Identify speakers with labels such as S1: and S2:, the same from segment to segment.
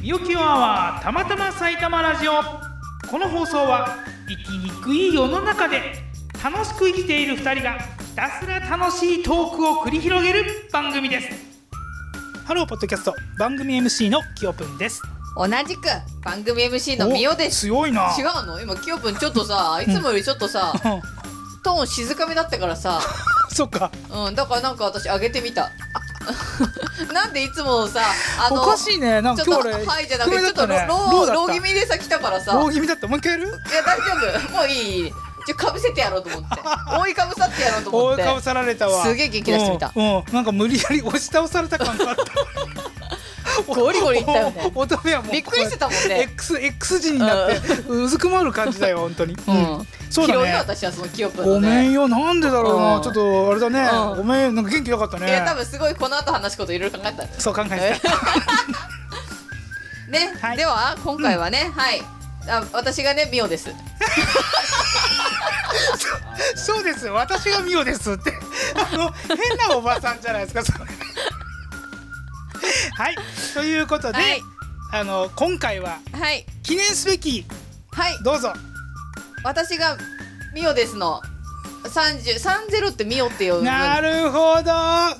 S1: ぴよきよアワーたまたま埼玉ラジオこの放送は生きにくい世の中で楽しく生きている2人がひたすら楽しいトークを繰り広げる番組ですハローポッドキャスト番組 MC のきよぷんです
S2: 同じく番組 MC のみよです
S1: 強いな
S2: 違うの今きよぷんちょっとさいつもよりちょっとさ、トーン静かめだったからさ、
S1: そっか
S2: うん、だからなんか私上げてみた なんでいつもさあ
S1: お
S2: の
S1: かしいねなん
S2: ちょ
S1: か
S2: っと
S1: 今日俺
S2: はいじゃなくてちょっとロ
S1: 低めだったね
S2: ーロ
S1: ローだった
S2: ー気味でさ来たからさ
S1: 大気味だったもう一回やる
S2: いや大丈夫もういいいいちょかぶせてやろうと思って 覆いかぶさってやろうと思
S1: 大
S2: って
S1: 顔さられたわ
S2: すげえ元気出してみた
S1: うん、うんなんか無理やり押し倒された感があった
S2: ゴリゴリいったよね
S1: お 乙女はもう
S2: びっくりしてたもんね
S1: X, X 字になってうずくまる感じだよ本当に、う
S2: うん、
S1: そうだ
S2: 拾いよ
S1: ね
S2: 私はそのきよぷん
S1: ご
S2: のね
S1: めんよなんでだろうな、
S2: うん
S1: ちょっとあれだね、
S2: うん
S1: ごめんなんか元気なかった
S2: いや多
S1: ね
S2: 分すごいこの後話すこといろいろ考えた
S1: そう考えてた
S2: ね、
S1: はい
S2: では今回はね、はいあ私がねミオです
S1: そうです私がミオですって あの変なおばさんじゃないですかそれはいということで、
S2: はい
S1: あの今回は
S2: はい
S1: 記念すべき
S2: はい
S1: どうぞ
S2: 私がミオですの30 30ってミオって呼ぶ
S1: なるほど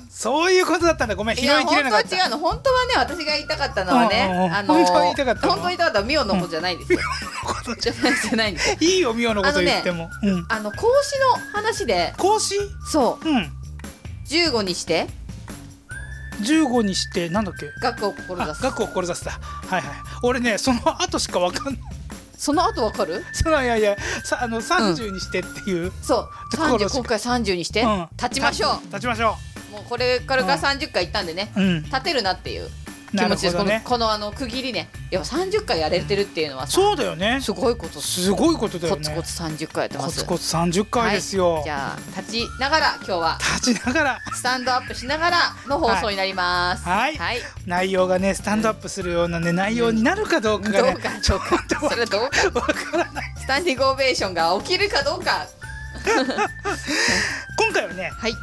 S1: そういうことだったんだごめん拾
S2: い
S1: い
S2: や
S1: きれな
S2: 本当
S1: か
S2: は
S1: った
S2: 違うの本当はね私が言いたかったのはね、
S1: うんうんうん
S2: あの
S1: 本当は言いたかったの
S2: 本当は言いたかったのはミオのことじゃないですよ、
S1: こと
S2: じゃないじゃないんです
S1: いいよミオのこと言っても、うん
S2: あの孔子の話で
S1: 孔子
S2: そ
S1: うん
S2: う15にして
S1: 15にしてなんだっけ
S2: 学を
S1: あ
S2: 志す
S1: 学を志すだはいはい俺ねその後しかわかんない
S2: その後わかる
S1: そのいやいやさあの30にしてっていう、
S2: そう
S1: だから
S2: 30今回30にして、
S1: うん
S2: 立ちましょう
S1: 立ちましょ
S2: もうこれからが
S1: うん
S2: 30回行ったんでね、
S1: ううん
S2: 立てるなっていう気
S1: な
S2: 持
S1: る
S2: ちで
S1: ほ
S2: す、
S1: どね
S2: このこのあの区切りねやっぱ30回やれてるっていうのはさ
S1: そうだよね
S2: すごいことっす
S1: すごいことだよ
S2: コ
S1: ね
S2: ツコツ30回やってま
S1: コ
S2: す
S1: ツコツ30回ですよ、
S2: はい、じゃあ立ちながら今日は
S1: 立ちながら
S2: スタンドアップしながらの放送になります
S1: はい
S2: はい、
S1: 内容がねスタンドアップするようなね内容になるかどうかが
S2: ど
S1: ね、
S2: うかどう
S1: ちょっと
S2: かそれはどう か
S1: わからない
S2: スタンディングオベーションが起きるかどうか
S1: 今回はね
S2: はい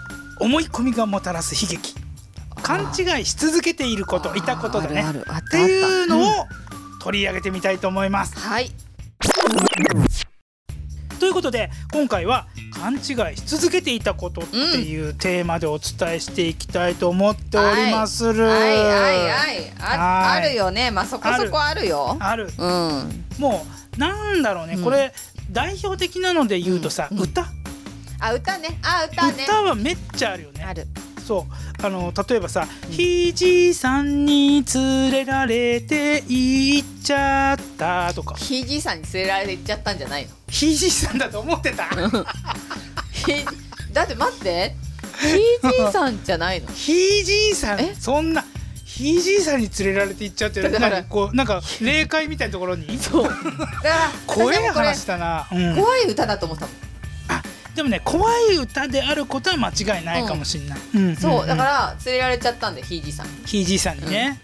S1: 思い込みがもたらす悲劇勘違いし続けていることいたことだね
S2: あるあるあっ
S1: ったていうの
S2: あっ
S1: を取り上げてみたいと思います
S2: た、はい
S1: ということで今回は勘違いし続けていたことっていうテーマでお伝えしていきたいと思っておりまする、
S2: はいはいはいあ
S1: はい
S2: あるよねまあそこそこあるよ
S1: ある
S2: うん
S1: もうなんだろうね、
S2: うん
S1: これ代表的なので言うとさ、
S2: うん
S1: 歌、
S2: あ歌ねあ歌ね
S1: 歌はめっちゃあるよね
S2: ある
S1: そうあの例えばさ「
S2: うん
S1: ひじさんに連れられて行っちゃった」とか
S2: ひいじいさんに連れられて行っちゃったんじゃないの
S1: 「ひじさんだと思って た」
S2: ひいだって待ってひいじいさんじゃないの
S1: ひいじいさん
S2: え
S1: そんなひいじいさんに連れられて行っちゃってる
S2: だから
S1: 何こうなんか霊界みたいなところに
S2: そうだから
S1: 怖い
S2: 私はもうこれ
S1: 話だな、うん
S2: 怖い歌だと思ったもん
S1: でもね怖い歌であることは間違いないかもしれない、うんん
S2: そうだから連れられちゃったんでひいじいさんに
S1: ひいじいさんにね、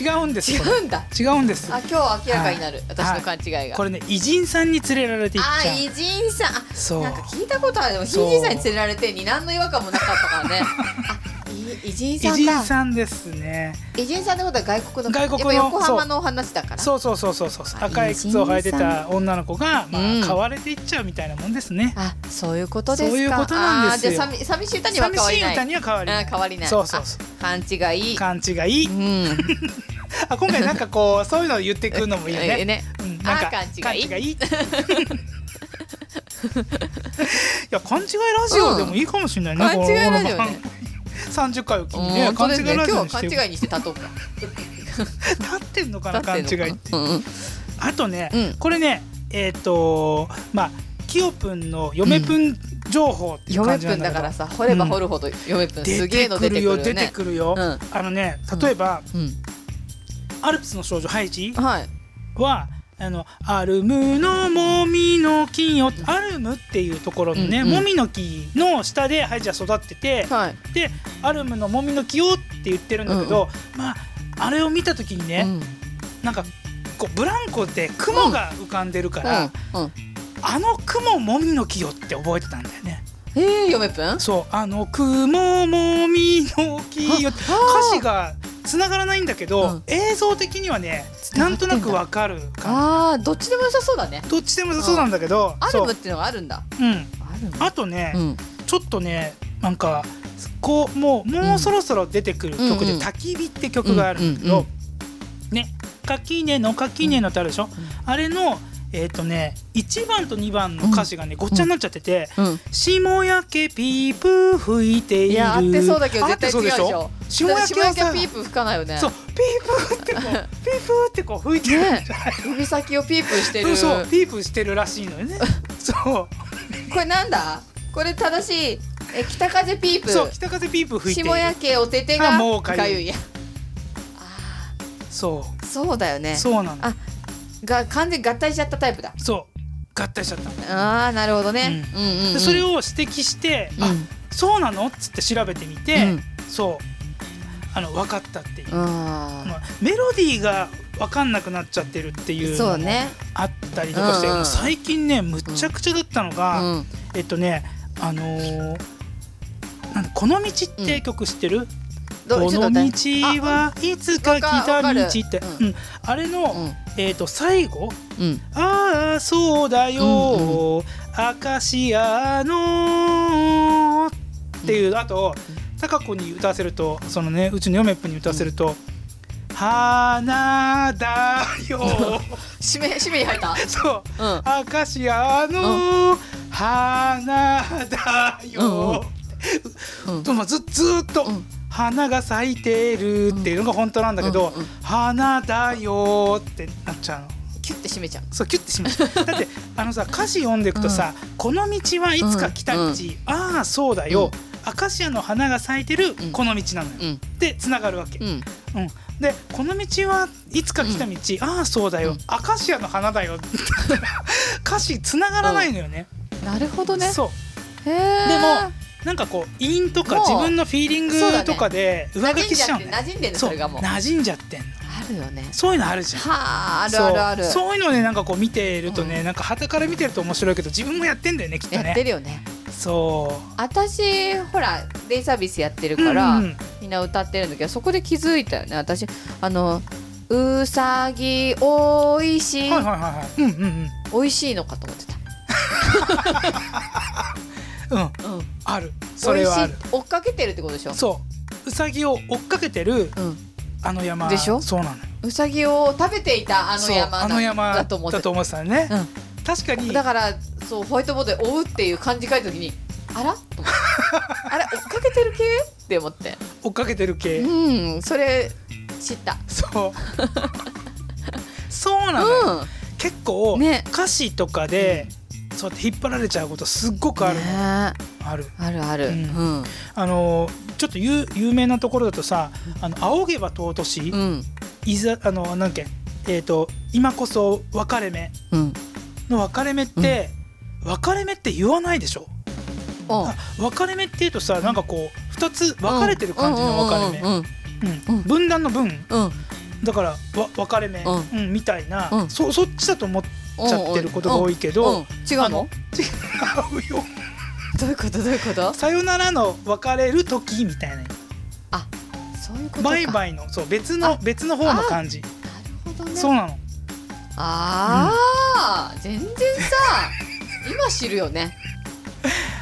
S1: 違うんです
S2: 違
S1: これ
S2: うんだ
S1: 違うんです
S2: あ今日明らかになる私の勘違いが
S1: これね偉人さんに連れられて行っ
S2: あ
S1: ちゃう
S2: 偉人さんあ
S1: そう
S2: なんか聞いたことあるでもひい
S1: そう
S2: じいさんに連れられてに何の違和感もなかったからねあい偉人
S1: 偉
S2: さん
S1: 人
S2: だ
S1: さんですね
S2: 偉人さんってことは外国の
S1: 外国の
S2: やっぱ横浜のお話だから
S1: そうそうそうそうそう
S2: あ
S1: 赤い靴を履いてた女の子が、まあ
S2: うん
S1: 買われていっちゃうみたいなもんですね、
S2: あそういうことですか
S1: そういうことなんですよ
S2: あーじゃあ寂寂しい歌には
S1: 寂
S2: 変わ
S1: し
S2: り
S1: い
S2: ない
S1: 歌には変わりない
S2: うん変わりない
S1: そうそうそう
S2: あ勘違い
S1: 勘違い、
S2: うん
S1: あ今回なんかこうそういうのを言ってくるのもいいよね。
S2: ね
S1: うん、なんか
S2: あ勘違い
S1: 勘いいや勘違いラジオでもいいかもしれないね。
S2: うん勘違いラジオね
S1: 三十回を機に
S2: う
S1: ね
S2: ん
S1: 勘
S2: 本当
S1: 違
S2: です
S1: い
S2: ね今
S1: ラジオにして
S2: 日は勘
S1: 立
S2: 違いにして立とうか
S1: ってんのかな勘違
S2: 立
S1: い
S2: っ
S1: って
S2: て。んのかなうんうん
S1: あとね、
S2: うん
S1: これねえっ、とまあキヨプンの嫁プン情報っていう
S2: 嫁
S1: 感じ
S2: ぷ
S1: なんんだ
S2: だ
S1: け
S2: か
S1: ど
S2: ら。さ掘れば掘るほど嫁ぷんす
S1: 出
S2: げ
S1: て
S2: えの
S1: く
S2: 出
S1: る
S2: てくる
S1: よ
S2: よ
S1: 出て
S2: ね
S1: くるよ、
S2: うん
S1: あのね例えば、
S2: うん
S1: アルプスの少女ハイジ
S2: はい
S1: はあのアルムのもみの木よアルムっていうところのね、
S2: うんうん
S1: もみの木の下でハイジは育ってて
S2: はい
S1: でアルムのもみの木よって言ってるんだけど、まああれを見た時にね、
S2: うん
S1: なんかこうブランコって雲が浮かんでるから、
S2: うんうん
S1: あの雲もみの木よって覚えてたんだよね
S2: えー嫁ぷん
S1: そうあの雲もみの木よって
S2: ああー
S1: 歌詞が繋がらないんだけど、
S2: うん
S1: 映像的にはねな
S2: 伝わっ
S1: ん
S2: て
S1: と
S2: んだ
S1: なくわかる感
S2: ああどっちでも良さそうだね
S1: じどっちでもそうなんだけど、
S2: アル
S1: そ
S2: ムっ
S1: う、
S2: ていうのがあるんだ
S1: うん、
S2: アルム
S1: あとね、
S2: うん
S1: ちょっとねなんかこうもうもうそろそろ出てくる曲で「
S2: うん
S1: 焚き火」って曲があるんだけど、
S2: うんうん
S1: ね「垣根の垣根の」ってあるでしょ、あれのえっ、とね1番と2番の歌詞がねごっちゃになっちゃってて
S2: うん
S1: 「霜焼けピープ吹いている」
S2: いや合ってそうだけど
S1: あ合
S2: 絶
S1: って
S2: 対違
S1: そうう
S2: で
S1: で
S2: し
S1: し
S2: ょ
S1: ょ霜
S2: だから
S1: 焼け
S2: 霜
S1: は
S2: 焼け
S1: さ
S2: ピープ吹かないよね
S1: そうピープってこうピープってこう吹いてる
S2: ね指先をピープして
S1: そう
S2: る
S1: そうピープしてるらしいのよねそう
S2: これなんだこれ正しいえ北風ピープ
S1: そう北風ピープ吹いている
S2: 下夜景おててが
S1: あもうかゆい
S2: いやあ
S1: そ
S2: ーそうだよね
S1: うそうなの
S2: あが完全に合体しちゃったタイプだ
S1: そう合体しちゃったの
S2: あーなるほどね、うん、うんうん
S1: でそれを指摘して「
S2: うん
S1: あそうなの?」っつって調べてみて、
S2: うん
S1: そうあの分かったっていう、
S2: あ
S1: まあメロディーが分かんなくなっちゃってるってい
S2: ー
S1: う
S2: そ
S1: の
S2: う
S1: も
S2: ね
S1: あったりとかして、
S2: うんうん
S1: 最近ねむちゃくちゃだったの
S2: う
S1: が、
S2: ん
S1: えっとねあのーなんだこの道って曲知ってる、
S2: ど
S1: こ
S2: ちょっと
S1: の道
S2: 待って
S1: はいつか来た
S2: わか
S1: 道
S2: る
S1: って、
S2: う
S1: うんんあれの、えっと最後
S2: うんうん
S1: ああそうだ
S2: うん
S1: よ、アカシアのっていう、あと高子に歌わせるとそのねうちのヨメップに歌わせると「花だよ
S2: 締め締めに入った」
S1: そう
S2: うん
S1: 「アカシアの花だよ」
S2: うん
S1: とまあずずーっと
S2: うん
S1: 「花が咲いてる」っていうのが本当なんだけど
S2: うんうん
S1: 「花だよ」ってなっちゃうの。
S2: キュッて締めちゃう
S1: そうキュッてしま した。だってあのさ歌詞読んでいくとさ、この道はいつか来た道、
S2: うんうん
S1: ああそうだよ、アカシアの花が咲いてる
S2: ん
S1: この道なのよ、
S2: うん
S1: でつながるわけ。
S2: うん
S1: うんでこの道はいつか来た道、ああそうだよ、
S2: うん
S1: アカシアの花だよ 歌詞つながらないのよね。
S2: なるほどね
S1: そう
S2: へえ
S1: でもなんかこう韻とか
S2: もう
S1: 自分のフィーリン
S2: そうだね
S1: グとかで上書
S2: 馴染
S1: き
S2: んじ
S1: しち
S2: ゃ
S1: ゃ
S2: っ
S1: う
S2: て
S1: の
S2: 馴染んでんの
S1: そ
S2: そうれがもう
S1: 馴染んじゃってんの
S2: あるよね
S1: そういうのあるじゃん。
S2: はああるあるある
S1: そうそういうのねなんかこう見てるとね、
S2: う
S1: なんか旗から見てると面白いけど自分もやってんだよねきっと
S2: やって
S1: ね
S2: るよね
S1: そ
S2: 私ほらデイサービスやってる
S1: う
S2: から、
S1: うんうん
S2: みんな歌ってるんだけどそこで気づいたよね私あの「うさぎおいしい」
S1: はいはいはいはいうんうん
S2: おいしいのかと思ってた、
S1: うんうん
S2: うん、
S1: あるそれはある
S2: おいしい追っかけてるってことでしょ
S1: そううさぎを追っかけてる
S2: う、ん、
S1: あの山
S2: でしょ
S1: そうなのよ
S2: うさぎを食べていたあの
S1: そう
S2: 山
S1: あの山
S2: だと思ってた
S1: たね、
S2: うん
S1: 確かに
S2: だからそうホワイトボードで「追う」っていう漢字書いた時に「あら?」と 思ってあれ追っかけてる系?」って思って
S1: 追っかけてる系、
S2: うんそれ知った
S1: そうそうなのよ、
S2: うん
S1: 結構、
S2: ね
S1: 歌詞とかで、そうやって引っ張られちゃうことすっごくあるの、
S2: ね
S1: ある
S2: あるあるう
S1: うんんあのちょっと有有名なところだとさ「あの仰げば尊し」
S2: うん
S1: いざあのなんだっけえっ、と「今こそ別れ目
S2: うん」
S1: の別れ目って、別れ目って言わないでしょ
S2: お
S1: あ別れ目っていうとさなんかこう2つ分かれてる感じの分
S2: う
S1: か
S2: ん
S1: れ目、うん
S2: うん
S1: 分断の分
S2: うんうん
S1: だからわ分かれ目、
S2: う
S1: うんんみたいな、
S2: うん
S1: そそっちだと思っちゃってることが多いけ
S2: うんう
S1: ど
S2: ん違う
S1: あ
S2: の
S1: の違うよ
S2: どういうことどういうこと
S1: さよならの別れる時みたいな
S2: あそういうことか
S1: バイバイのそう別の別の方の感じ
S2: なるほどね
S1: そうなの
S2: ああ、全然さ今知るよね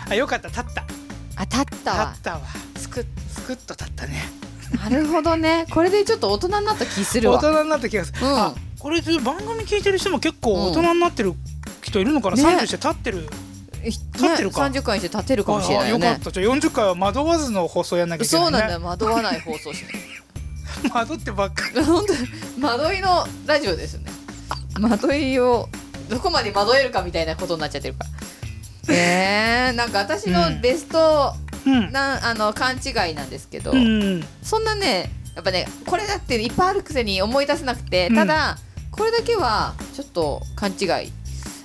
S1: あよかった立った立
S2: あ立ったわ
S1: ったわ
S2: つく
S1: スクッと立ったね
S2: なるほどねこれでちょっと大人になった気する
S1: 大
S2: わ
S1: 人になった気がする、
S2: うん
S1: あこれちょっと番組聞いてる人も結構大人になってる人いるのかな、
S2: ね
S1: 30して立ってる
S2: 立
S1: ってるか
S2: 30回にして立てるかもしれないよ
S1: ああよ
S2: ね
S1: かったじゃあ40回は惑わずの放送やんなきゃいけな
S2: そ
S1: いうね
S2: なんだよ惑わない放送しない
S1: 惑ってばっかり
S2: 本当に惑いのラジオですよね惑いをどこまで惑えるかみたいなことになっちゃってる からえー、なんか私
S1: う
S2: の
S1: ん
S2: ベスト
S1: うん
S2: なんあの勘違いなんですけど、
S1: うん
S2: そんなねやっぱねこれだっていっぱいあるくせに思い出せなくてただ、これだけはちょっと勘違い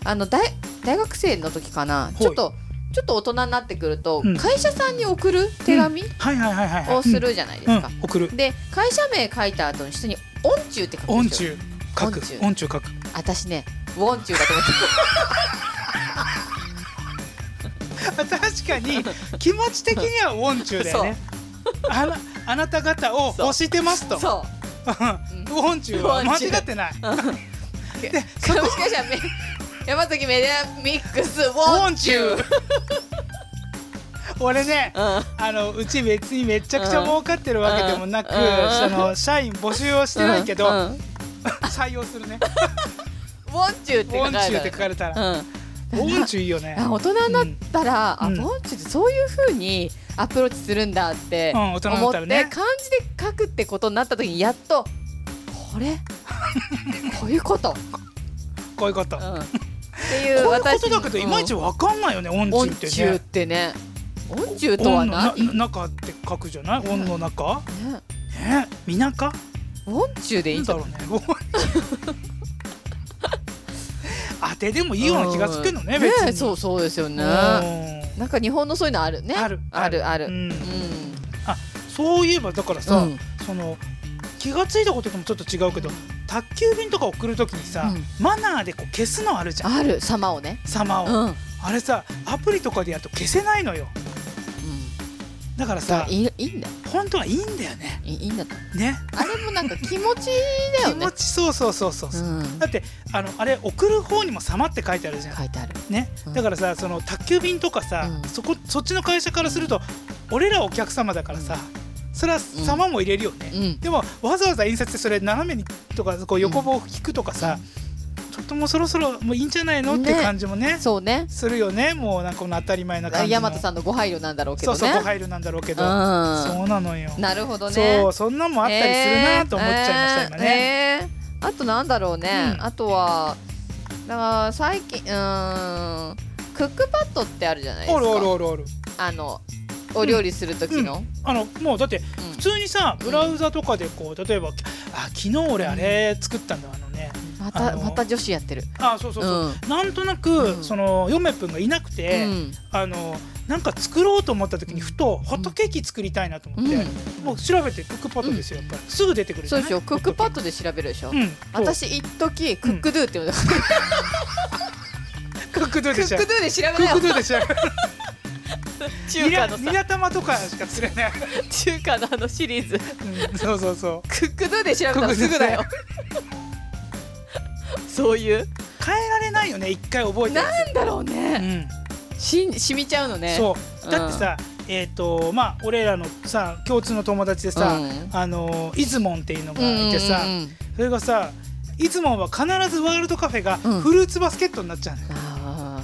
S2: あの大大学生の時かな
S1: ほい
S2: ちょっとちょっと大人になってくると、
S1: うん
S2: 会社さんに送る手紙
S1: はいはいはいはいはい
S2: をするじゃないです
S1: うん、うん
S2: か、
S1: 送る
S2: で会社名書いた後に下に「音中」って書く
S1: 音
S2: んですよ
S1: 中書く音
S2: 音中
S1: 中書く
S2: 私ね「ウォン中」だと思って
S1: あ確かに気持ち的には音中だよねあのあなた方を
S2: そう
S1: 欲してます と
S2: そう
S1: うん不本中は間違ってないでそこ
S2: 株式会社め山崎メディアミックスウ
S1: 不
S2: ォ
S1: 本
S2: ンチュ
S1: 中
S2: ー
S1: 俺ね
S2: うん
S1: あのうち別にめちゃくちゃ儲かってるわけでもなく、
S2: うんうん
S1: その社員募集をしてないけど、
S2: うんうんウ
S1: 採用するね
S2: ォンチュー
S1: 「
S2: って
S1: ボン
S2: 書
S1: チュー」っ
S2: かれた
S1: て書かれたら
S2: うん
S1: 「ボンチュー」いいよね
S2: あ大人になったら、
S1: うん
S2: あボンチュってそういう風にアプローチするんだって
S1: うん
S2: 思
S1: 大
S2: っ
S1: 人
S2: て、
S1: になったらね
S2: 漢字で書くってことになった時にやっとこ れこういうこと、
S1: こういうこと、
S2: うん、
S1: こ
S2: っていうう
S1: いう
S2: 私
S1: ことだけどいまいちわかんないよね「オン
S2: うん
S1: チ
S2: ボ
S1: ュ
S2: ン
S1: ー」って
S2: チュ
S1: ね
S2: ってねボンチュ
S1: 「
S2: と
S1: オ
S2: は
S1: ンのな
S2: 何、ね、
S1: 中」って書くじゃない「オンの中」えみなか
S2: ボンチュでいい
S1: なんだ
S2: んじゃな
S1: ろ
S2: いう
S1: ねボンチュー当てでもいいような気がつくのね
S2: うん
S1: 別に
S2: ねそうそうですよね
S1: う
S2: なんか日本のそういうのあるね
S1: んある
S2: あるある
S1: うん
S2: うん
S1: そういえばだからさ、
S2: うん
S1: その気が付いたことともちょっと違うけど、宅急便とか送るときにさ、
S2: うん
S1: マナーでこう消すのあるじゃん
S2: ある様をね
S1: 様を、
S2: うん、うん、
S1: あれさアプリとかでやると消せないのよだから
S2: だか
S1: さ
S2: らいいいいんだ
S1: 本当はいいんだよね
S2: いいいいんだと
S1: ね
S2: あれもなんか気持ちだ
S1: 気
S2: よね
S1: 持。ちそうそうそうそう
S2: う
S1: そう、
S2: ん、
S1: だってあのあれ送る方にも「様」って書いてあるじゃん
S2: 書いてある。
S1: ね
S2: うん
S1: だからさその宅急便とかさ、
S2: うん
S1: そこそっちの会社からすると俺らお客様だからさ、それは「様」も入れるよね、
S2: うん。
S1: でもわざわざ印刷してそれ斜めにとかこう横棒を引くとかさ、ちょっともうそろそろもういいんじゃないの、って
S2: ね
S1: 感じもね
S2: そうね。
S1: するよねもうなんかこの当たり前な感じの
S2: 大和さんのご配慮なんだろうけど
S1: そう
S2: ね。
S1: そうご配慮なんだろうけど、
S2: う
S1: そうなのよ、
S2: ん。なるほどね。
S1: そうそんなんもあったりするなと思っちゃいました、
S2: えー
S1: 今ね、。
S2: えーあとなんだろうね。
S1: うん
S2: あとはだから最近うーんクックパッドってあるじゃないですか。
S1: おるおるおるおる
S2: あのお料理する時の。
S1: あのもうだって普通にさブラウザとかでこう例えばあ昨日俺あれ作ったんだあのね
S2: ま
S1: あ
S2: た
S1: の
S2: また女子やってる。
S1: あそうそうそう、
S2: ん。
S1: なんとなく、
S2: うん
S1: そのヨメ君がいなくて、
S2: うん
S1: あのなんか作ろうと思った時にふとホットケーキ作りたいなと思って、もう調べてクックパッドですよやっぱりすぐ出てくるじ
S2: そ
S1: ゃ
S2: う
S1: ない
S2: でしょ。クックパッ
S1: ド
S2: ドで調べるでしょ。
S1: うん
S2: 私一時クックドゥって呼んだ。
S1: クックドゥ
S2: ク
S1: で
S2: ッ
S1: しょ
S2: クドゥで調
S1: ク
S2: べな
S1: ック
S2: よ
S1: ドゥでしょ
S2: 中華の
S1: ニラニ
S2: さ
S1: ラ玉とかしか釣れない、
S2: 中華のあのシリーズ
S1: うん、そうそうそう
S2: クックドゥで調べ
S1: クック
S2: た
S1: ド
S2: ら
S1: ゥ
S2: すぐだよそういう
S1: 変えられないよね一回覚えてる
S2: なんだろうねししみちゃうの
S1: うん、
S2: ね
S1: そうだってさ、えっ、とまあ俺らのさ共通の友達で
S2: うん
S1: さ、あのーイズモンっていうのがいてさ、
S2: うんうんうん
S1: それがさいつもは必ずワールドカフェが
S2: うん
S1: フルーツバスケットになっちゃうのよ、
S2: あ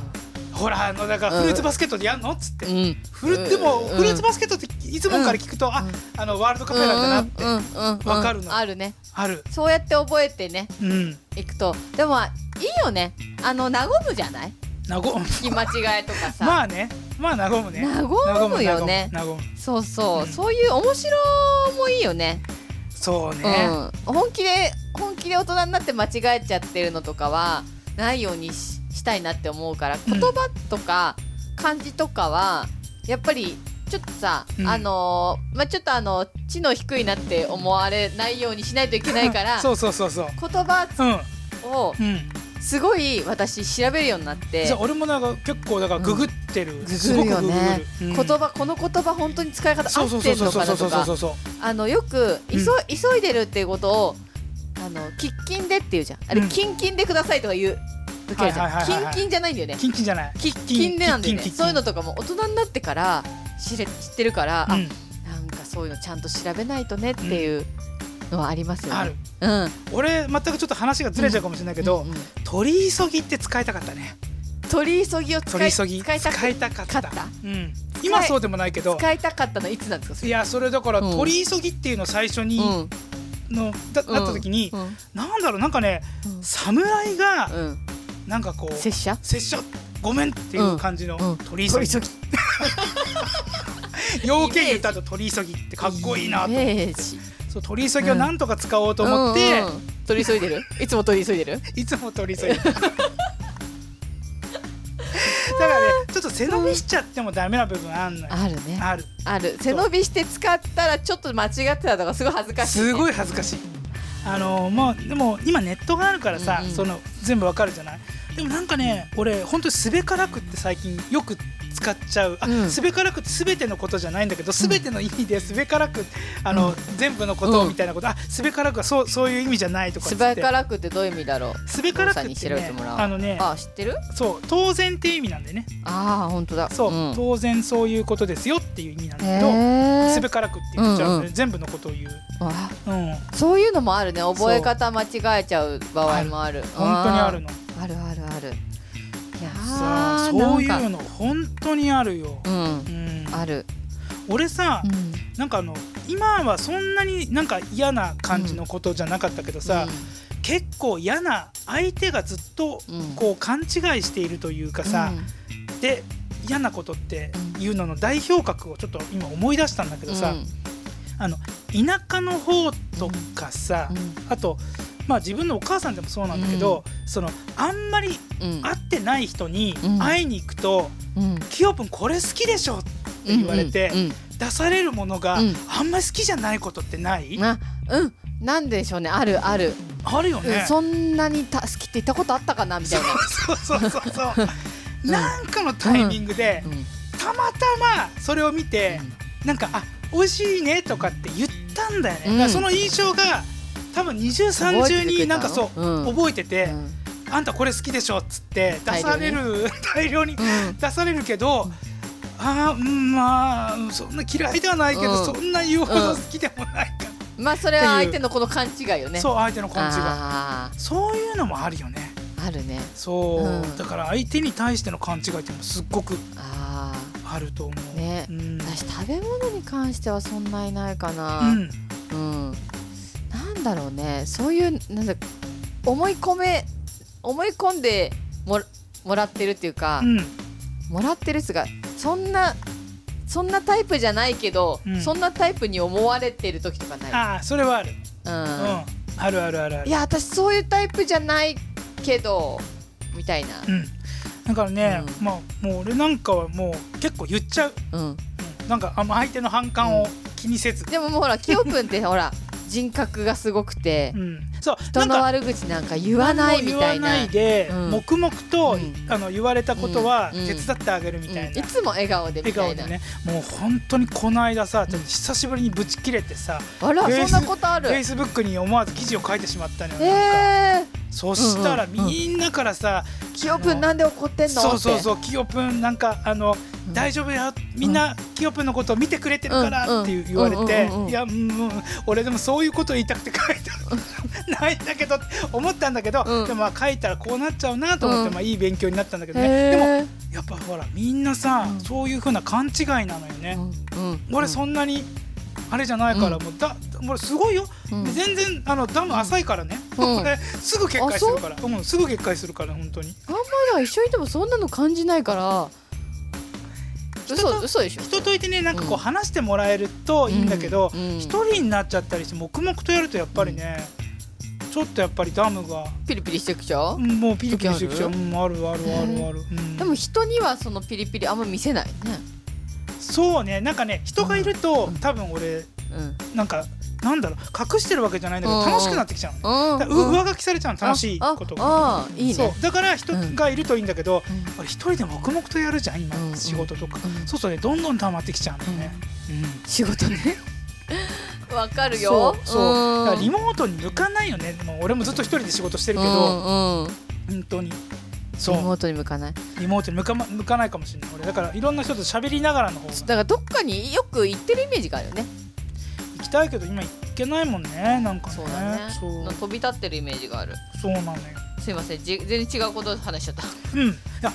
S1: ほらあのだからフルーツバスケットでやんのっつって
S2: ー、うん
S1: フルでもフルーツバスケットっていつもから聞くと、あ
S2: うん
S1: あのワールドカフェなんだなって、
S2: うんうんうん
S1: わかるの
S2: あるね
S1: ある
S2: そうやって覚えてね
S1: うん
S2: いくとでもまあいいよねあの和むじゃない
S1: なご
S2: 聞き間違いとかさ、
S1: まあねまあ和むね
S2: 和むよね
S1: 和む和む
S2: そうそ
S1: う
S2: う、
S1: ん
S2: そういう面白もいいよね
S1: そうね、
S2: うん、本気で本気で大人になって間違えちゃってるのとかはないようにししたいなって思うから言葉とか漢字とかはやっぱりちょっとさ、
S1: うん
S2: あのーまあ、ちょっとあの知能低いなって思われないようにしないといけないか ら
S1: そうそうそうそう
S2: 言葉
S1: う
S2: を
S1: んうん
S2: すごい私調べるようになって
S1: じゃあ俺もなんか結構だからググってる、
S2: グ
S1: す
S2: グ
S1: ご
S2: る
S1: く
S2: よ
S1: ググる、
S2: ね
S1: うん
S2: 言葉この言葉本当に使い方
S1: そ
S2: 合
S1: うそう
S2: っ
S1: そ
S2: て
S1: うんそう
S2: の
S1: そうそ
S2: かな
S1: うそ
S2: と
S1: うそうそ
S2: か
S1: うそう
S2: あのよく急,、急いでるっていうことをあの喫緊でっていうじゃんあれ、
S1: うん
S2: キンキンでくださいとか言う時あるじゃん、
S1: はいはいはいはいはい
S2: キンキンじゃないんだよね
S1: キンキンじゃない
S2: キッキンでなんだよね
S1: キッキンキッキン
S2: そういうのとかも大人になってから知れ知ってるから、
S1: う
S2: あ
S1: ん
S2: なんかそういうのちゃんと調べないとねっていうのはありますよ
S1: あ
S2: ね
S1: る。
S2: うん、
S1: 俺全くちょっと話がずれちゃうかもしれないけど、
S2: うんうん
S1: 取り急ぎって使いたかったね
S2: 取り急ぎを使
S1: 取
S2: い
S1: り急ぎ
S2: 使いたく
S1: かっ
S2: か
S1: た
S2: った
S1: うん、今そうでもないけど
S2: 使いたかったのいつなんですかそ
S1: い
S2: れ
S1: やそれだから、
S2: うん
S1: 取り急ぎっていうの最初に、
S2: うん
S1: のだ
S2: うん
S1: なった時に、
S2: うん
S1: なんだろうなんかね
S2: うん
S1: 侍が
S2: うん
S1: なんかこう、
S2: 拙者
S1: 拙者ごめんっていう感じの
S2: うんうん
S1: 取り急ぎ,、
S2: 取
S1: 要件言った後取り急ぎってかっこいいなと
S2: イメージ
S1: そう取り急ぎをなんとか使おうと思って、
S2: うんうん取り急いでるいつも取り急いでる
S1: いつも取り急ぎ だからねちょっと背伸びしちゃってもダメな部分あんのよ、
S2: あるね
S1: ある
S2: ある背伸びして使ったらちょっと間違ってたとかすごい恥ずかしいね、
S1: すご
S2: い
S1: い恥ずかしいあのもうでも今ネットがあるからさ、
S2: うんうん
S1: その全部わかるじゃないでもなんかね俺本当にすべからくって最近よく使っちゃうあ、
S2: うん
S1: すべからくってすべてのことじゃないんだけどすべての意味ですべからくあの、全部のことをみたいなこと、あすべからくはそうそういう意味じゃないとかっつ
S2: す
S1: って
S2: べからくってどういう意味だろう
S1: すべからく
S2: さ
S1: って、
S2: んに
S1: ね、
S2: 調べてもらおう
S1: あのね
S2: あ知ってる
S1: そう当然っていう意味なんでね
S2: ああ本当だ
S1: そう、
S2: ん、
S1: 当然そういうことですよっていう意味なんだけど
S2: へ
S1: す
S2: え
S1: べからくって言っちゃうの
S2: うん
S1: で、
S2: う
S1: 全部のことを言う、うん、
S2: そういうのもあるね
S1: う
S2: 覚え方間違えちゃう場合もある
S1: 本当にあるの
S2: あるあるあるいや
S1: さあ
S2: ー
S1: そうい
S2: なん
S1: う
S2: か
S1: の本当にあるよ、
S2: うん
S1: うん、
S2: ある、
S1: 俺さ、
S2: うん、
S1: なんかあの今はそんなになんか嫌な感じのことじゃなかったけどさ、結構嫌な相手がずっと
S2: うん、うん
S1: こう勘違いしているというかさ、で嫌なことっていうのの代表格をちょっと今思い出したんだけどさ、あの田舎の方とかさ、
S2: うん
S1: あとまあ自分のお母さんでもそうなんだけど、そのあんまり
S2: うんうん
S1: 会ってない人に
S2: うん
S1: 会いに行くと
S2: うん
S1: 「キヨプンこれ好きでしょ」って言われて、
S2: うん
S1: 出されるものが
S2: うん
S1: あんまり好きじゃないことってない、
S2: うんあうんなんでしょうねあるある、
S1: あるよ
S2: うん
S1: ね。
S2: そんなにた好きって言ったことあったかなみたいな
S1: そうそうそうそうそう
S2: うん
S1: なんかのタイミングで
S2: うん
S1: たまたまそれを見てなんか「あ美味しいね」とかって言ったんだよね、
S2: うん
S1: だからその印象が多分2030になんかそう
S2: 覚
S1: 覚えてて
S2: えてくれたのうん
S1: 「あんたこれ好きでしょ」っつって出される 大量に
S2: うんうん
S1: 出されるけど
S2: うん
S1: あーうんまあうんそんな嫌いではないけど、
S2: うん
S1: そんな言うほど好きでもないか、
S2: まあそれは相手のこの勘違いよね。
S1: そう相手の感じが
S2: あ
S1: そういうのもあるよね
S2: ーあるね。
S1: そう、
S2: うん
S1: だから相手に対しての勘違いっていうのもすっごく
S2: あ
S1: あると思う
S2: あね
S1: う。ん、
S2: 私食べ物に関してはそんないないか
S1: う
S2: な。
S1: ん、
S2: うん。なんだろうね。そういうなんだ思い込め思い込んでもらもらってるっていうか、
S1: うん、
S2: もらってるっすがそんなそんなタイプじゃないけど、
S1: うん
S2: そんなタイプに思われてる時とかない。
S1: ああそれはある、うん
S2: うん。
S1: あるあるあるある
S2: いや私そういうタイプじゃないけどみたいな。
S1: うん、だからね、
S2: うん
S1: まあもう俺なんかはもう結構言っちゃう、
S2: うん。
S1: うん、なんかあんま相手の反感を気にせず、
S2: でももうほらキヨプンって ほら人格がすごくて
S1: うんそうな
S2: 人
S1: ん
S2: の
S1: か
S2: 悪口なんか言わないみたい
S1: 言わな。
S2: ない
S1: で、
S2: うん
S1: 黙々と、
S2: うん
S1: あの言われたことは
S2: う
S1: 手
S2: ん
S1: 伝ってあげるみたいな、
S2: うんいつも笑顔でみ
S1: 笑顔
S2: たい
S1: で
S2: な。
S1: ねもう本当にこの間さちょっと久しぶりにブチ切れてさ
S2: あら
S1: フェイス
S2: そんなことあ
S1: フ
S2: る。
S1: ェイ
S2: え
S1: スブックに思わず記事を書いてしまったのよ、なんか
S2: え
S1: そしたら
S2: うんうん
S1: みんなからさ
S2: ー、キヨプンなんで怒ってんのって。
S1: そうそうそうキヨプンなんかあの
S2: うん
S1: 大丈夫だよみんなキヨプンのことを見てくれてるからっていう
S2: うん
S1: 言われて
S2: うんうんうん
S1: いやもう俺でもそういうこと言いたくて書いた ないんだけどって思ったんだけど
S2: うん
S1: でもまあ書いたらこうなっちゃうなと思って
S2: うん
S1: まあいい勉強になったんだけどね
S2: へ
S1: でも
S2: ー
S1: やっぱほらみんなさ
S2: うん
S1: そういうふうな勘違いなのよね。
S2: うんうん
S1: 俺そんなにあれじゃないからもうだ俺すごいよ
S2: うんうん
S1: 全然あのダム浅いからね
S2: うん
S1: 俺すぐ決壊するからうんすぐ決壊するから本当に。
S2: あんまり一緒にいてもそんなの感じないから。
S1: 人と
S2: 嘘嘘でしょ。
S1: 人といてねなんかこう
S2: うん
S1: 話してもらえるといいんだけど、
S2: うんうん
S1: 一人になっちゃったりして黙々とやるとやっぱりね、ちょっとやっぱりダムが
S2: ピリピリしてくちゃ
S1: う
S2: うん
S1: もうピリピリしてきちゃう、
S2: 時
S1: うん、あるあるあるある、うん
S2: でも人にはそのピリピリあんま見せないね。
S1: そうねなんかね人がいると、
S2: うん
S1: 多分俺
S2: うん。
S1: なんかなんだろう隠してるわけじゃないんだけど、
S2: うん
S1: 楽しくなってきちゃうのね、だ
S2: うん
S1: からう上書きされちゃうの楽しいことが。
S2: あああいいね
S1: そうだから人がいるといいんだけど、
S2: うん
S1: 俺一人で黙々とやるじゃん今、
S2: うん
S1: 仕事とか、
S2: うん
S1: そうするとねどんどん溜まってきちゃうんだよね、うん
S2: 仕事ね わかるよ
S1: そうそう。だからリ
S2: モ
S1: モートに向かないよね。もう俺もずっと一人で仕事してるけ
S2: う
S1: ど、
S2: んうん
S1: 本当に。そ
S2: リ
S1: う
S2: モートに向かないだ
S1: リモートに向かま向かないかもしれない俺だからいろんな人と喋りながらの方
S2: か
S1: が
S2: らどっかによく行ってるイメージがあるよね
S1: 行きたいけど今行けないもんねなんかね
S2: そうだね
S1: そう
S2: の飛び立ってるイメージがある
S1: そうなのよ
S2: すいませんじ全然違うこと話しちゃった
S1: うんいや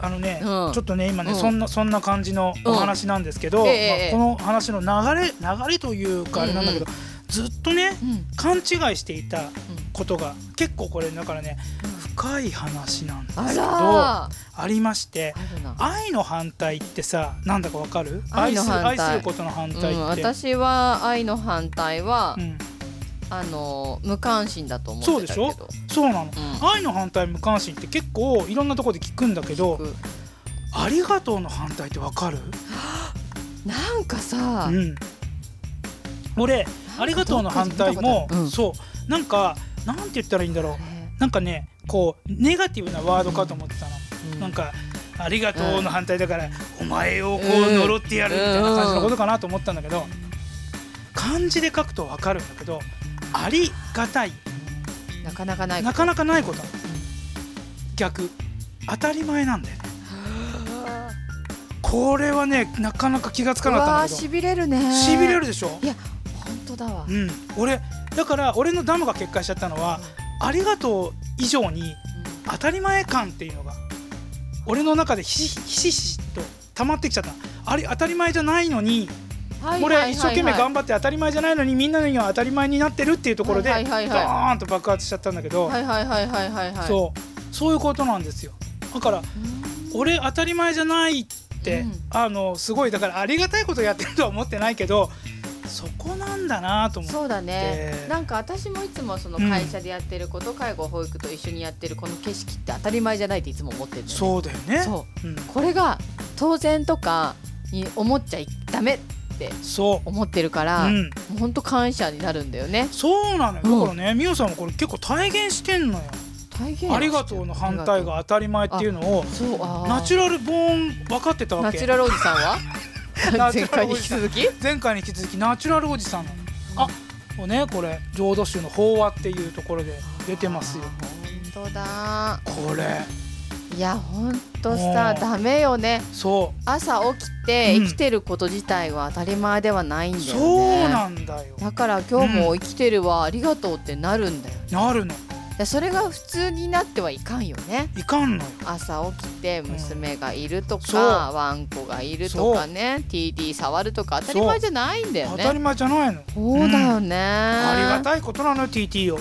S1: あのね、
S2: うん
S1: ちょっとね今ね、
S2: うん
S1: そんなそんな感じのお話なんですけど、
S2: うんええええ
S1: まあ、この話の流れ流れというかあれなんだけど、ずっとね
S2: うん
S1: 勘違いしていたことが結構これだからね深い話なんですけ
S2: あ
S1: ど
S2: らーあ
S1: ありまして
S2: るな
S1: 愛の反対ってさなんだかわかる愛
S2: 愛の
S1: す
S2: 反
S1: る
S2: 対
S1: 愛することの反対って、
S2: うん私は愛の反対は
S1: うん
S2: あの無関心だと思ってたけ
S1: そう
S2: ど
S1: でしそうなの、
S2: うん
S1: 愛の反対無関心って結構いろんなとこで聞くんだけど
S2: 僕
S1: ありがとうの反対ってわかる、
S2: なんかさ
S1: うん、俺ありがとうの反対も、
S2: うん
S1: そうなんかなんて言ったらいいんだろう
S2: ね
S1: なんかねこうネガティブなワードかと思ってたの、
S2: うん
S1: なんか「ありがとう」の反対だから「お前をこ
S2: う
S1: うん呪ってやる」みたいな感じのことかなと思ったんだけど漢字で書くと分かるんだけど「ありがたい」
S2: なかなかない
S1: なかなかないことなの逆当たり前なんだよねこれはねなかなか気がつかなかったんだけ
S2: しびれるね
S1: どしびれるでしょ
S2: いや本当だわ
S1: うん俺だから俺のダムが決壊しちゃったのは「ありがとう」以上に当たり前感っていうのが俺の中でひしひしひしと溜まってきちゃったあれ当たり前じゃないのにこれ一生懸命頑張
S2: 張
S1: って当たり前じゃないのにみんなのには当たり前になってるっていうところでド
S2: はいはいはいはい
S1: ーンと爆発しちゃったんだけど
S2: はいはいはいはいはいはい
S1: そうそういうことなんですよだから俺当たり前じゃないって、
S2: うん
S1: あのすごいだからありがたいことやってるとは思ってないけどそこなんだなと思って
S2: そうだね
S1: で
S2: なんか私もいつもその会社でやってること、介護保育と一緒にやってるこの景色って当たり前じゃないっていつも思ってるんだよね
S1: そうだよね,、
S2: そう
S1: ん、
S2: これが当然とかに思っちゃいダメって
S1: そ
S2: 思ってるか
S1: う、
S2: ら、
S1: う
S2: も
S1: ん、
S2: うほんと感謝になるんだよね
S1: そうなのよ
S2: うん
S1: だからね美桜さんもこれ結構体現してんのよ
S2: 大
S1: 「
S2: 変
S1: ありがとう」の反対が当たり前っていうのを
S2: そうあー
S1: ナチュラルボーン分かってたわ
S2: ナチュ
S1: け
S2: ラルおじさんは
S1: ナチュ
S2: 前
S1: ラ
S2: 回
S1: ル
S2: に
S1: お
S2: 引
S1: じ
S2: き
S1: さん
S2: 続き
S1: 前回に引き続きナチュラルおじさんなのあもうねこれ浄土宗の法話っていうところで出てますよ
S2: 本当だ
S1: これ
S2: いやほんとさ
S1: もう
S2: ダメよね
S1: そう
S2: 朝起きて
S1: うん
S2: 生きてること自体は当たり前ではないんだよね、
S1: そうなんだよ
S2: だから今日も生きてるはありがとうってなるんだよ、
S1: なるの
S2: でそれが普通になってはいかんよね
S1: いかんのよ
S2: 朝起きて娘がいると
S1: そう
S2: か、ワンコがいるとかね TD 触るとか当たり前じゃないんだよ
S1: 当
S2: ね
S1: たり前じゃないの
S2: そうだよね、
S1: ありが
S2: い
S1: たいことなのよ TT を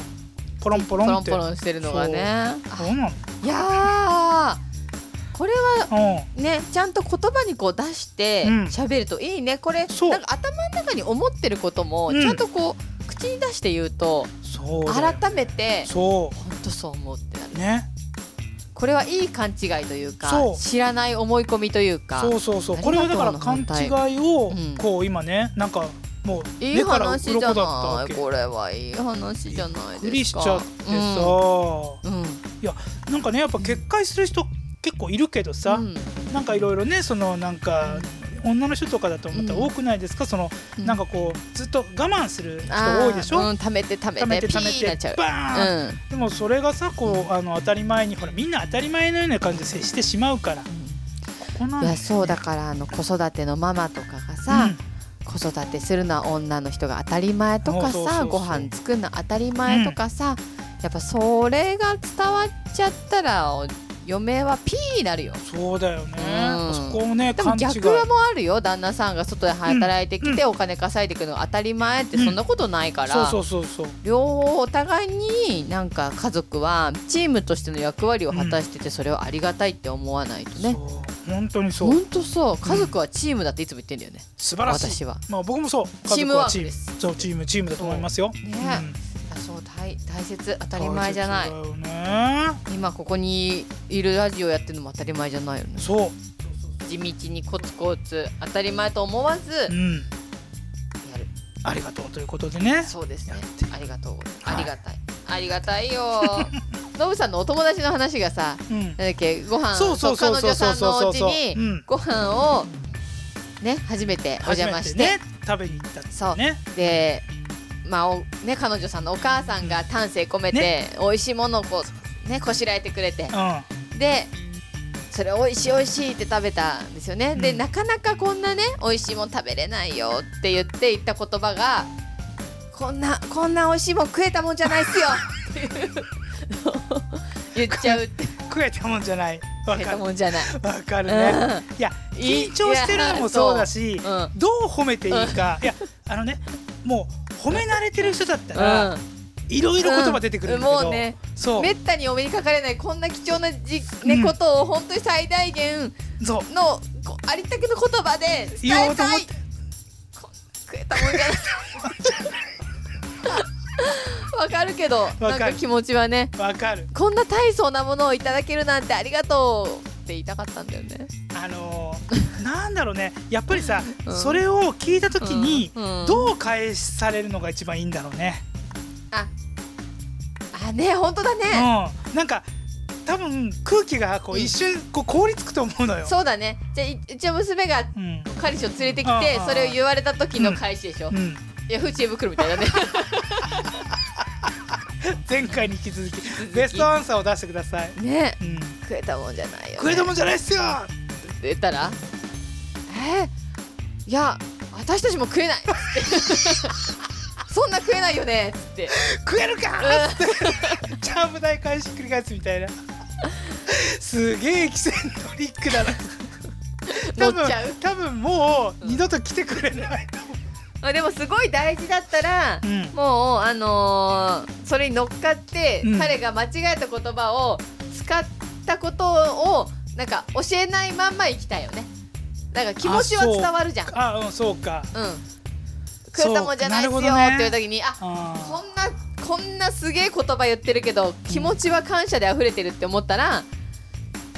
S1: ポロンポ
S2: ポ
S1: ロン
S2: ロ
S1: っ
S2: ン
S1: て
S2: ポロンしてるのがね
S1: そうな
S2: あいやーこれは
S1: の
S2: ねちゃんと言葉にこう出して
S1: うん
S2: 喋るといいねこれ
S1: そう
S2: なんか頭の中に思ってることも
S1: うん
S2: ちゃんとこう口に出して言うと
S1: うんそうだよ
S2: 改めて
S1: そ
S2: 本当そう思うってなる
S1: うね
S2: これはいい勘違いというか
S1: そう
S2: 知らない思い込みというか
S1: そうそうそう
S2: あ
S1: こ
S2: り
S1: れ
S2: がと
S1: は
S2: う
S1: だから勘
S2: の反対
S1: 違いを
S2: うん
S1: こう今ねなんかもう
S2: いい
S1: 目から
S2: 話じ
S1: 鱗
S2: ゃ
S1: だったわ
S2: な
S1: け
S2: いこれはいい話じゃないですか
S1: びっくりしちゃってさ
S2: うん、うん
S1: なんかねやっぱ決壊する人結構いるけどさ
S2: うん
S1: なんかいろいろねそのなんか女の人とかだと思ったら
S2: うん
S1: 多くないですかその
S2: うん
S1: なんかこうずっと我慢する人多いでしょ
S2: あーうん、溜めて溜めて
S1: 貯めて貯
S2: ピーにな
S1: め
S2: っち
S1: て
S2: ゃう
S1: バーン、
S2: うん
S1: でもそれがさこうあの当たり前にほらみんな当たり前のような感じで接してしまうからここなん
S2: い
S1: だよ
S2: やそうだからあの子育てのママとかがさ、子育てするのは女の人が当たり前とかさ
S1: そうそうそうそう
S2: ご飯作るの当たり前とかさ、やっぱそれが伝わっちゃったらお嫁はピーになるよ
S1: うん、そうだよね、
S2: うん
S1: そこをね
S2: でも
S1: 勘違い
S2: 逆はもうあるよ旦那さんが外で働いてきて、お金稼いでいくのが当たり前ってそんなことないから、
S1: そうそうそうそう
S2: 両方お互いになんか家族はチームとしての役割を果たしててそれをありがたいって思わないとね、
S1: そう本当にそ
S2: ほ
S1: うん
S2: とそう家族はチームだっていつも言ってんだよね、
S1: 素晴らしい
S2: 私は
S1: まあ僕もそう
S2: チームワーク
S1: 家族は
S2: です
S1: そうチームチームだと思いますよ、
S2: ね
S1: うん
S2: あそう大大切当たり前じゃない
S1: 大切だよね
S2: 今ここにいるラジオやってるのも当たり前じゃないよね
S1: そう
S2: 地道にコツコツ当たり前と思わずや
S1: うん
S2: る
S1: ありがとうということでね
S2: そうですね
S1: やって
S2: ありがとう
S1: はい
S2: ありがたいありがたいよ ノブさんのお友達の話がさ
S1: うん
S2: なんだっけご飯
S1: そうそうそう
S2: 彼
S1: そうそ
S2: 女さ
S1: うんそう
S2: の
S1: そう
S2: お家に
S1: うん
S2: ご飯をね初めてお邪魔して
S1: 初めね食べに行ったって
S2: そう
S1: ね
S2: でまあおね彼女さんのお母さんが丹精込めて、
S1: ね
S2: 美味しいものをこうねこしらえてくれて
S1: う
S2: でそれ美味しい美味しいって食べたんですよね、で
S1: うん
S2: なかなかこんなね美味しいもん食べれないよって言って言った言葉がこんなこんな美味しいもん食えたもんじゃない っすよっていうのを言っちゃうって
S1: ん食えたもんじゃないわ
S2: 食え
S1: か
S2: た
S1: る
S2: もんじゃない、
S1: わかる
S2: う
S1: ね、
S2: ん
S1: いや
S2: い
S1: 緊張してるのもそうだし
S2: うんうん
S1: どう褒めていいか、いやあのねもう褒め慣れてる人だったら、いろいろ言葉出てくるんだけど、
S2: うんもうね
S1: そう
S2: めったにお目にかかれないこんな貴重なじ、
S1: うん
S2: ね、ことを本当に最大限
S1: そう
S2: のこありったけの言葉で
S1: 言
S2: 伝
S1: お
S2: え
S1: うと思
S2: た
S1: っ
S2: い
S1: て
S2: こ食えたもんじゃない わかるけど
S1: かる
S2: なんか気持ちはね
S1: わかる
S2: こんな大層なものをいただけるなんてありがとうって言いたかったんだよね
S1: あの ーなんだろうねやっぱりさ、
S2: うん
S1: それを聞いた時に、
S2: うんうん
S1: どう返されるのが一番いいんだろうね、
S2: ああね本当だ
S1: う
S2: ね
S1: ん、なんか多分空気がこう
S2: うん
S1: 一瞬こう凍りつくと思うのよ。
S2: そうだねじゃあいうちの娘が
S1: うん
S2: 彼氏を連れて
S1: あ
S2: きて
S1: ー
S2: それを言われた時の返しでしょ、
S1: う
S2: い
S1: ん、
S2: やフーチエ袋みたい だね
S1: 前回に引き続き
S2: 続き
S1: ベストアンサーを出してください。
S2: ね
S1: うん、
S2: 食えたもんじゃないよ、ね、
S1: 食えたもんじゃないっすよ。
S2: って言ったらえー、いや私たちも食えないそんな食えないよねっつって
S1: 食えるかってチャーム台返し繰り返すみたいな。すげえエキセントリックだな。多
S2: 乗っちゃう
S1: 分多分もう二度と来てくれないと思
S2: まあでもすごい大事だったら、
S1: う。うん
S2: もうあのーそれに乗っかって、
S1: うん
S2: 彼が間違えた言葉を使ったことをなんか教えないまんま生きたいよねなんか気持ちは
S1: あそう
S2: 伝わるじゃんう
S1: あ、うん、そうか。
S2: ん食えたもんじゃないっすよ
S1: そうなるほ
S2: って
S1: どね
S2: いう時に、あこ
S1: あ
S2: んなこんなすげえ言葉言ってるけど気持ちは感謝で溢れてるって思ったら、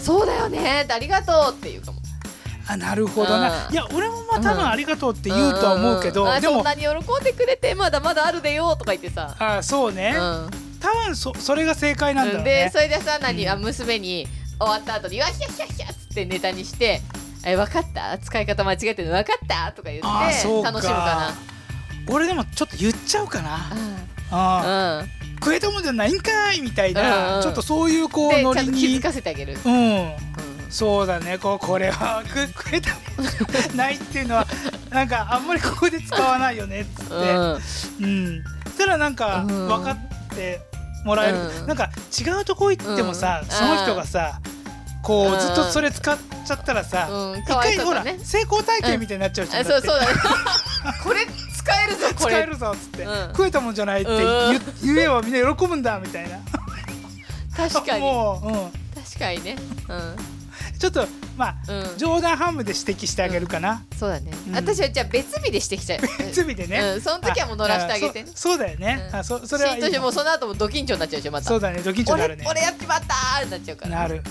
S2: そうだよねってありがとうっていうかも
S1: ーあ、なるほどな。
S2: うん
S1: いや、俺もまあ多分ありがとうって言うとは思うけど、
S2: んんんあ
S1: でも
S2: そん。なに喜んでくれてまだまだあるでよとか言ってさ、
S1: あ、そうね。
S2: うん、
S1: 多分そそれが正解なんだよ
S2: で
S1: ね
S2: そ。れでさ何、
S1: うん
S2: あ娘に終わった後に「わひゃひゃひゃ」っつってネタにして「え分かった使い方間違えてるの分かった?」とか言って
S1: あーそうか
S2: 楽しむか
S1: 俺でもちょっと言っちゃうか
S2: な。
S1: な。
S2: う
S1: あ
S2: ん、うん
S1: ー食えたもんじゃないんかいみたい
S2: うんう
S1: な、
S2: ん
S1: ちょっとそういうこう
S2: でちゃ
S1: ノ
S2: んと
S1: リ
S2: 気
S1: に
S2: づ。かせてあげる。
S1: うん。
S2: うん
S1: そうだねこうこれは くくれたもんじゃないっていうのはなんかあんまりここで使わないよねっつって、うん
S2: うん
S1: そしたらなんか
S2: うん
S1: 分かってもらえる、
S2: うん
S1: なんか違うとこ行ってもさ、
S2: うん
S1: その人がさこ
S2: う
S1: うんずっとそれ使っちゃったらさ、
S2: うん、
S1: 一
S2: かわい
S1: 回
S2: そう
S1: ほ
S2: だ
S1: ら
S2: ね。
S1: 成功体験みたいになっちゃうじゃん、
S2: あ
S1: だ
S2: そ
S1: っ
S2: う
S1: て
S2: そうだね。 これ使えるぞこ
S1: 使え
S2: れ。
S1: るぞっつって、
S2: うん
S1: 食えたもんじゃないって言,、言えばみんな喜ぶんだみたいな
S2: 確か に
S1: もう、うん、
S2: 確かにね。
S1: ちょっとまあ
S2: うんうん。
S1: 冗談半分で指摘してあげるかな、
S2: そうだね
S1: う。ん
S2: 私はじゃあ別日でしてきちゃう。
S1: 罪でね、
S2: うん、その時はもう乗らしてあげてね
S1: あ。そそうだよね、
S2: うん
S1: あそそれはいい
S2: シーンとしてもうその後もド緊張になっちゃうでしょまた。
S1: そうだねドキンチョになるね
S2: 俺俺やっちまったーってなっちゃうから。
S1: なる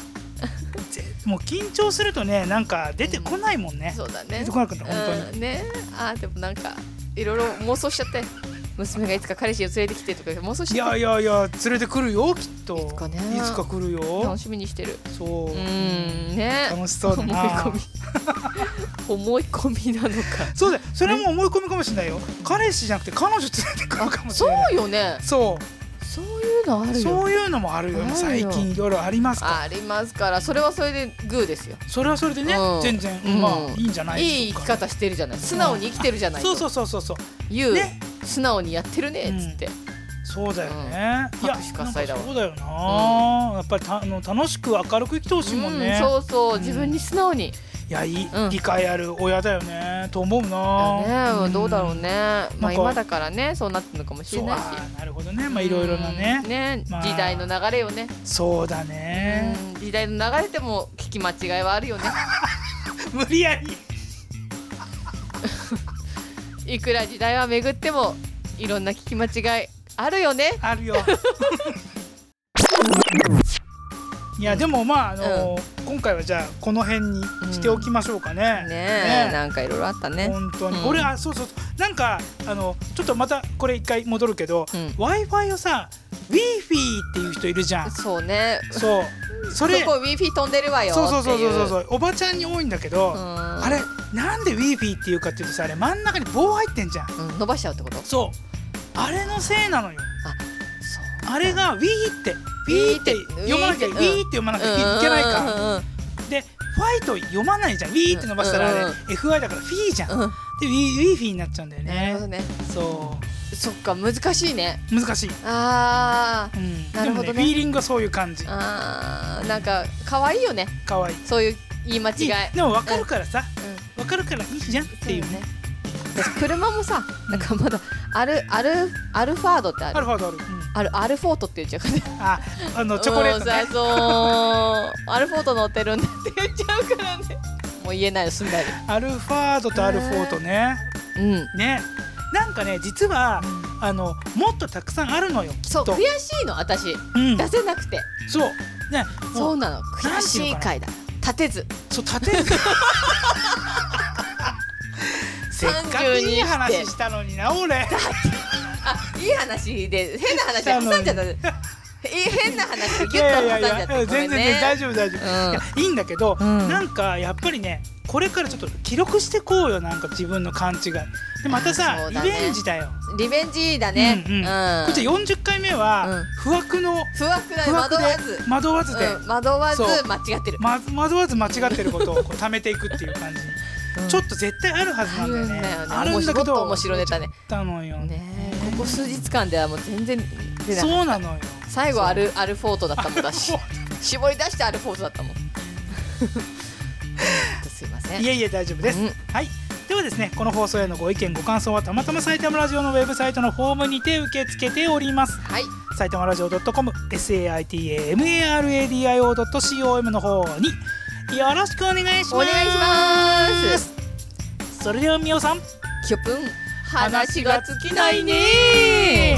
S1: ぜもう緊張するとねなんか出てこないもんね、
S2: そうだね
S1: 出て。こなくなる本当に、
S2: うん、ねあーでもなんかいろいろ妄想しちゃって娘がいつか彼氏を連れてきてとか妄想し
S1: い
S2: ちゃっ
S1: や
S2: て
S1: いやいや連れてくるよきっと
S2: いつかね
S1: いつか来るよ
S2: 楽しみにしてる
S1: そうう、
S2: ーんね
S1: 楽しそうだな
S2: 思い込み 思い込みなのか
S1: そうだよそれも思い込みかもしれないよ彼氏じゃなくて彼女連れてくるかもしれない
S2: そうよね
S1: そう
S2: そういうのあるよ
S1: そういうのもあるよ
S2: あるよ
S1: 最近いろいろありますから
S2: ありますからそれはそれでグーですよ
S1: それはそれでね、
S2: うん
S1: 全然、
S2: うん
S1: まあいいんじゃないで
S2: いい
S1: しょ
S2: 生
S1: う
S2: き
S1: か
S2: 方してるじゃない素直に生きてるじゃない
S1: そうそううそうそうそう
S2: 言う、
S1: ね
S2: 素直にやってるねっつって、
S1: そうだよね。
S2: うん拍手喝采だわ
S1: なんかそうだよな。やっぱりたあの楽しく明るく生きてほしいもんね。
S2: そうそう、
S1: うん
S2: 自分に素直に
S1: いやいい、
S2: うん
S1: 理解ある親だよねと思う
S2: だ
S1: な。
S2: ね、どうだろうね。
S1: な
S2: ま
S1: んか
S2: あ今だからね、そうなってるのかもし
S1: そ
S2: れ
S1: う
S2: ないし。
S1: あーなるほどね。まあいろいろなね
S2: うん。ね、
S1: まあ
S2: 時代の流れよね。
S1: そうだね。
S2: うん時代の流れでも聞き間違いは あるよね。
S1: 無理やり。
S2: いくら時代は巡ってもいろんな聞き間違いあるよね。
S1: ある よ。いやでもまああの今回はじゃあこの辺にしておきましょうかね。
S2: ねえ、なんかいろいろあったね。
S1: 本当に、
S2: うん
S1: 俺あそうそうそうなんかあのちょっとまたこれ一回戻るけど、
S2: うん
S1: w i f i をさ w i f i っていう人いるじゃん
S2: そうね。
S1: そうそ
S2: そ
S1: れ
S2: こ
S1: そう
S2: Wi-Fi 飛んでるわよってい。
S1: そううそうそうそう
S2: う。
S1: そうおばちゃんに多いんだけど、あ
S2: あ
S1: れなんで w i f i っていうかっていうとさあれ真ん中に棒入ってんじゃん
S2: うん、伸ばしちゃうってこと。
S1: そうあれのせいなのよ
S2: そう。
S1: あれが w i って w i って読まなきゃ w
S2: Wii って
S1: i って読まなきゃいけないから
S2: う
S1: でファイト読まないじゃん w i って伸ばしたらあれ、
S2: うんうん
S1: FI だからフィーじゃん、
S2: んうんうんうん。
S1: で w i f i になっちゃうんだよ
S2: なるほど
S1: ね
S2: ね。
S1: そう
S2: そっか、難しいね。
S1: 難しい。
S2: あー
S1: うん、
S2: なるほどね
S1: でもフィーリングはそういう感じ。
S2: あーなんか可愛いよね
S1: 可愛い
S2: そういう言い間違い
S1: い。でも分かるからさ、
S2: うん
S1: 分かるからいいじゃんっていうね。
S2: 私車もさなんかまだアルアルアルファードってあ
S1: アル
S2: る
S1: ファドル。うん
S2: アルアルフォートって言っちゃうからね
S1: あ、あのチョコレートね
S2: うん。さそうアルフォート乗ってるんだって言っちゃうからねもう言えないよすんなり
S1: アルファードとアルフォートね。
S2: うん
S1: ね。なんかね、実はあのもっとたくさんあるのよ。きっ
S2: そう
S1: と。
S2: 悔しいの私
S1: うん
S2: 出。せなくて
S1: そう。ね。
S2: そ
S1: も
S2: う
S1: う
S2: なの悔しい回だ立てず
S1: そう立 てる。せっかくいい話したのにな俺。
S2: あいい話で変な話挟んじゃったい変な話ギュッと挟んじゃってごめ
S1: 全然
S2: んね
S1: 全然大丈夫大丈夫、いやいいんだけど、
S2: うん
S1: なんかやっぱりねこれからちょっと記録してこうよなんか自分の勘違いでまた
S2: あそ
S1: さ、
S2: う
S1: リ
S2: だね
S1: ベンジだよ
S2: うん、リベンジだね
S1: うんうんこっち40回目は、
S2: うん
S1: 不惑の
S2: 不惑だ
S1: 不
S2: よ
S1: 惑で
S2: 惑わず、
S1: 惑わずで、
S2: うん、惑わず
S1: そう
S2: 間違ってる、
S1: ま、惑わず間違ってることをこう貯めていくっていう感じ、
S2: うん
S1: ちょっと絶対あるはずなんだよね
S2: あるんだよねもうもっと面白いネタね
S1: 忘れちゃったのよ、
S2: ねえここ数日間ではもう全然出ない
S1: そうなのよ
S2: 最後アルアルフォートだったもん だし
S1: そう
S2: 絞り出してアルフォートだったもん ちょっとすいません
S1: いえいえ大丈夫です、
S2: うん
S1: はいではですねこの放送へのご意見ご感想はたまたま埼玉ラジオのウェブサイトのフォームにて受け付けております
S2: はい
S1: 埼玉ラジオ .com saitamaradio.com の方によろしくお願いします
S2: お願いします
S1: それではみおさん
S2: キョプン話が尽きないね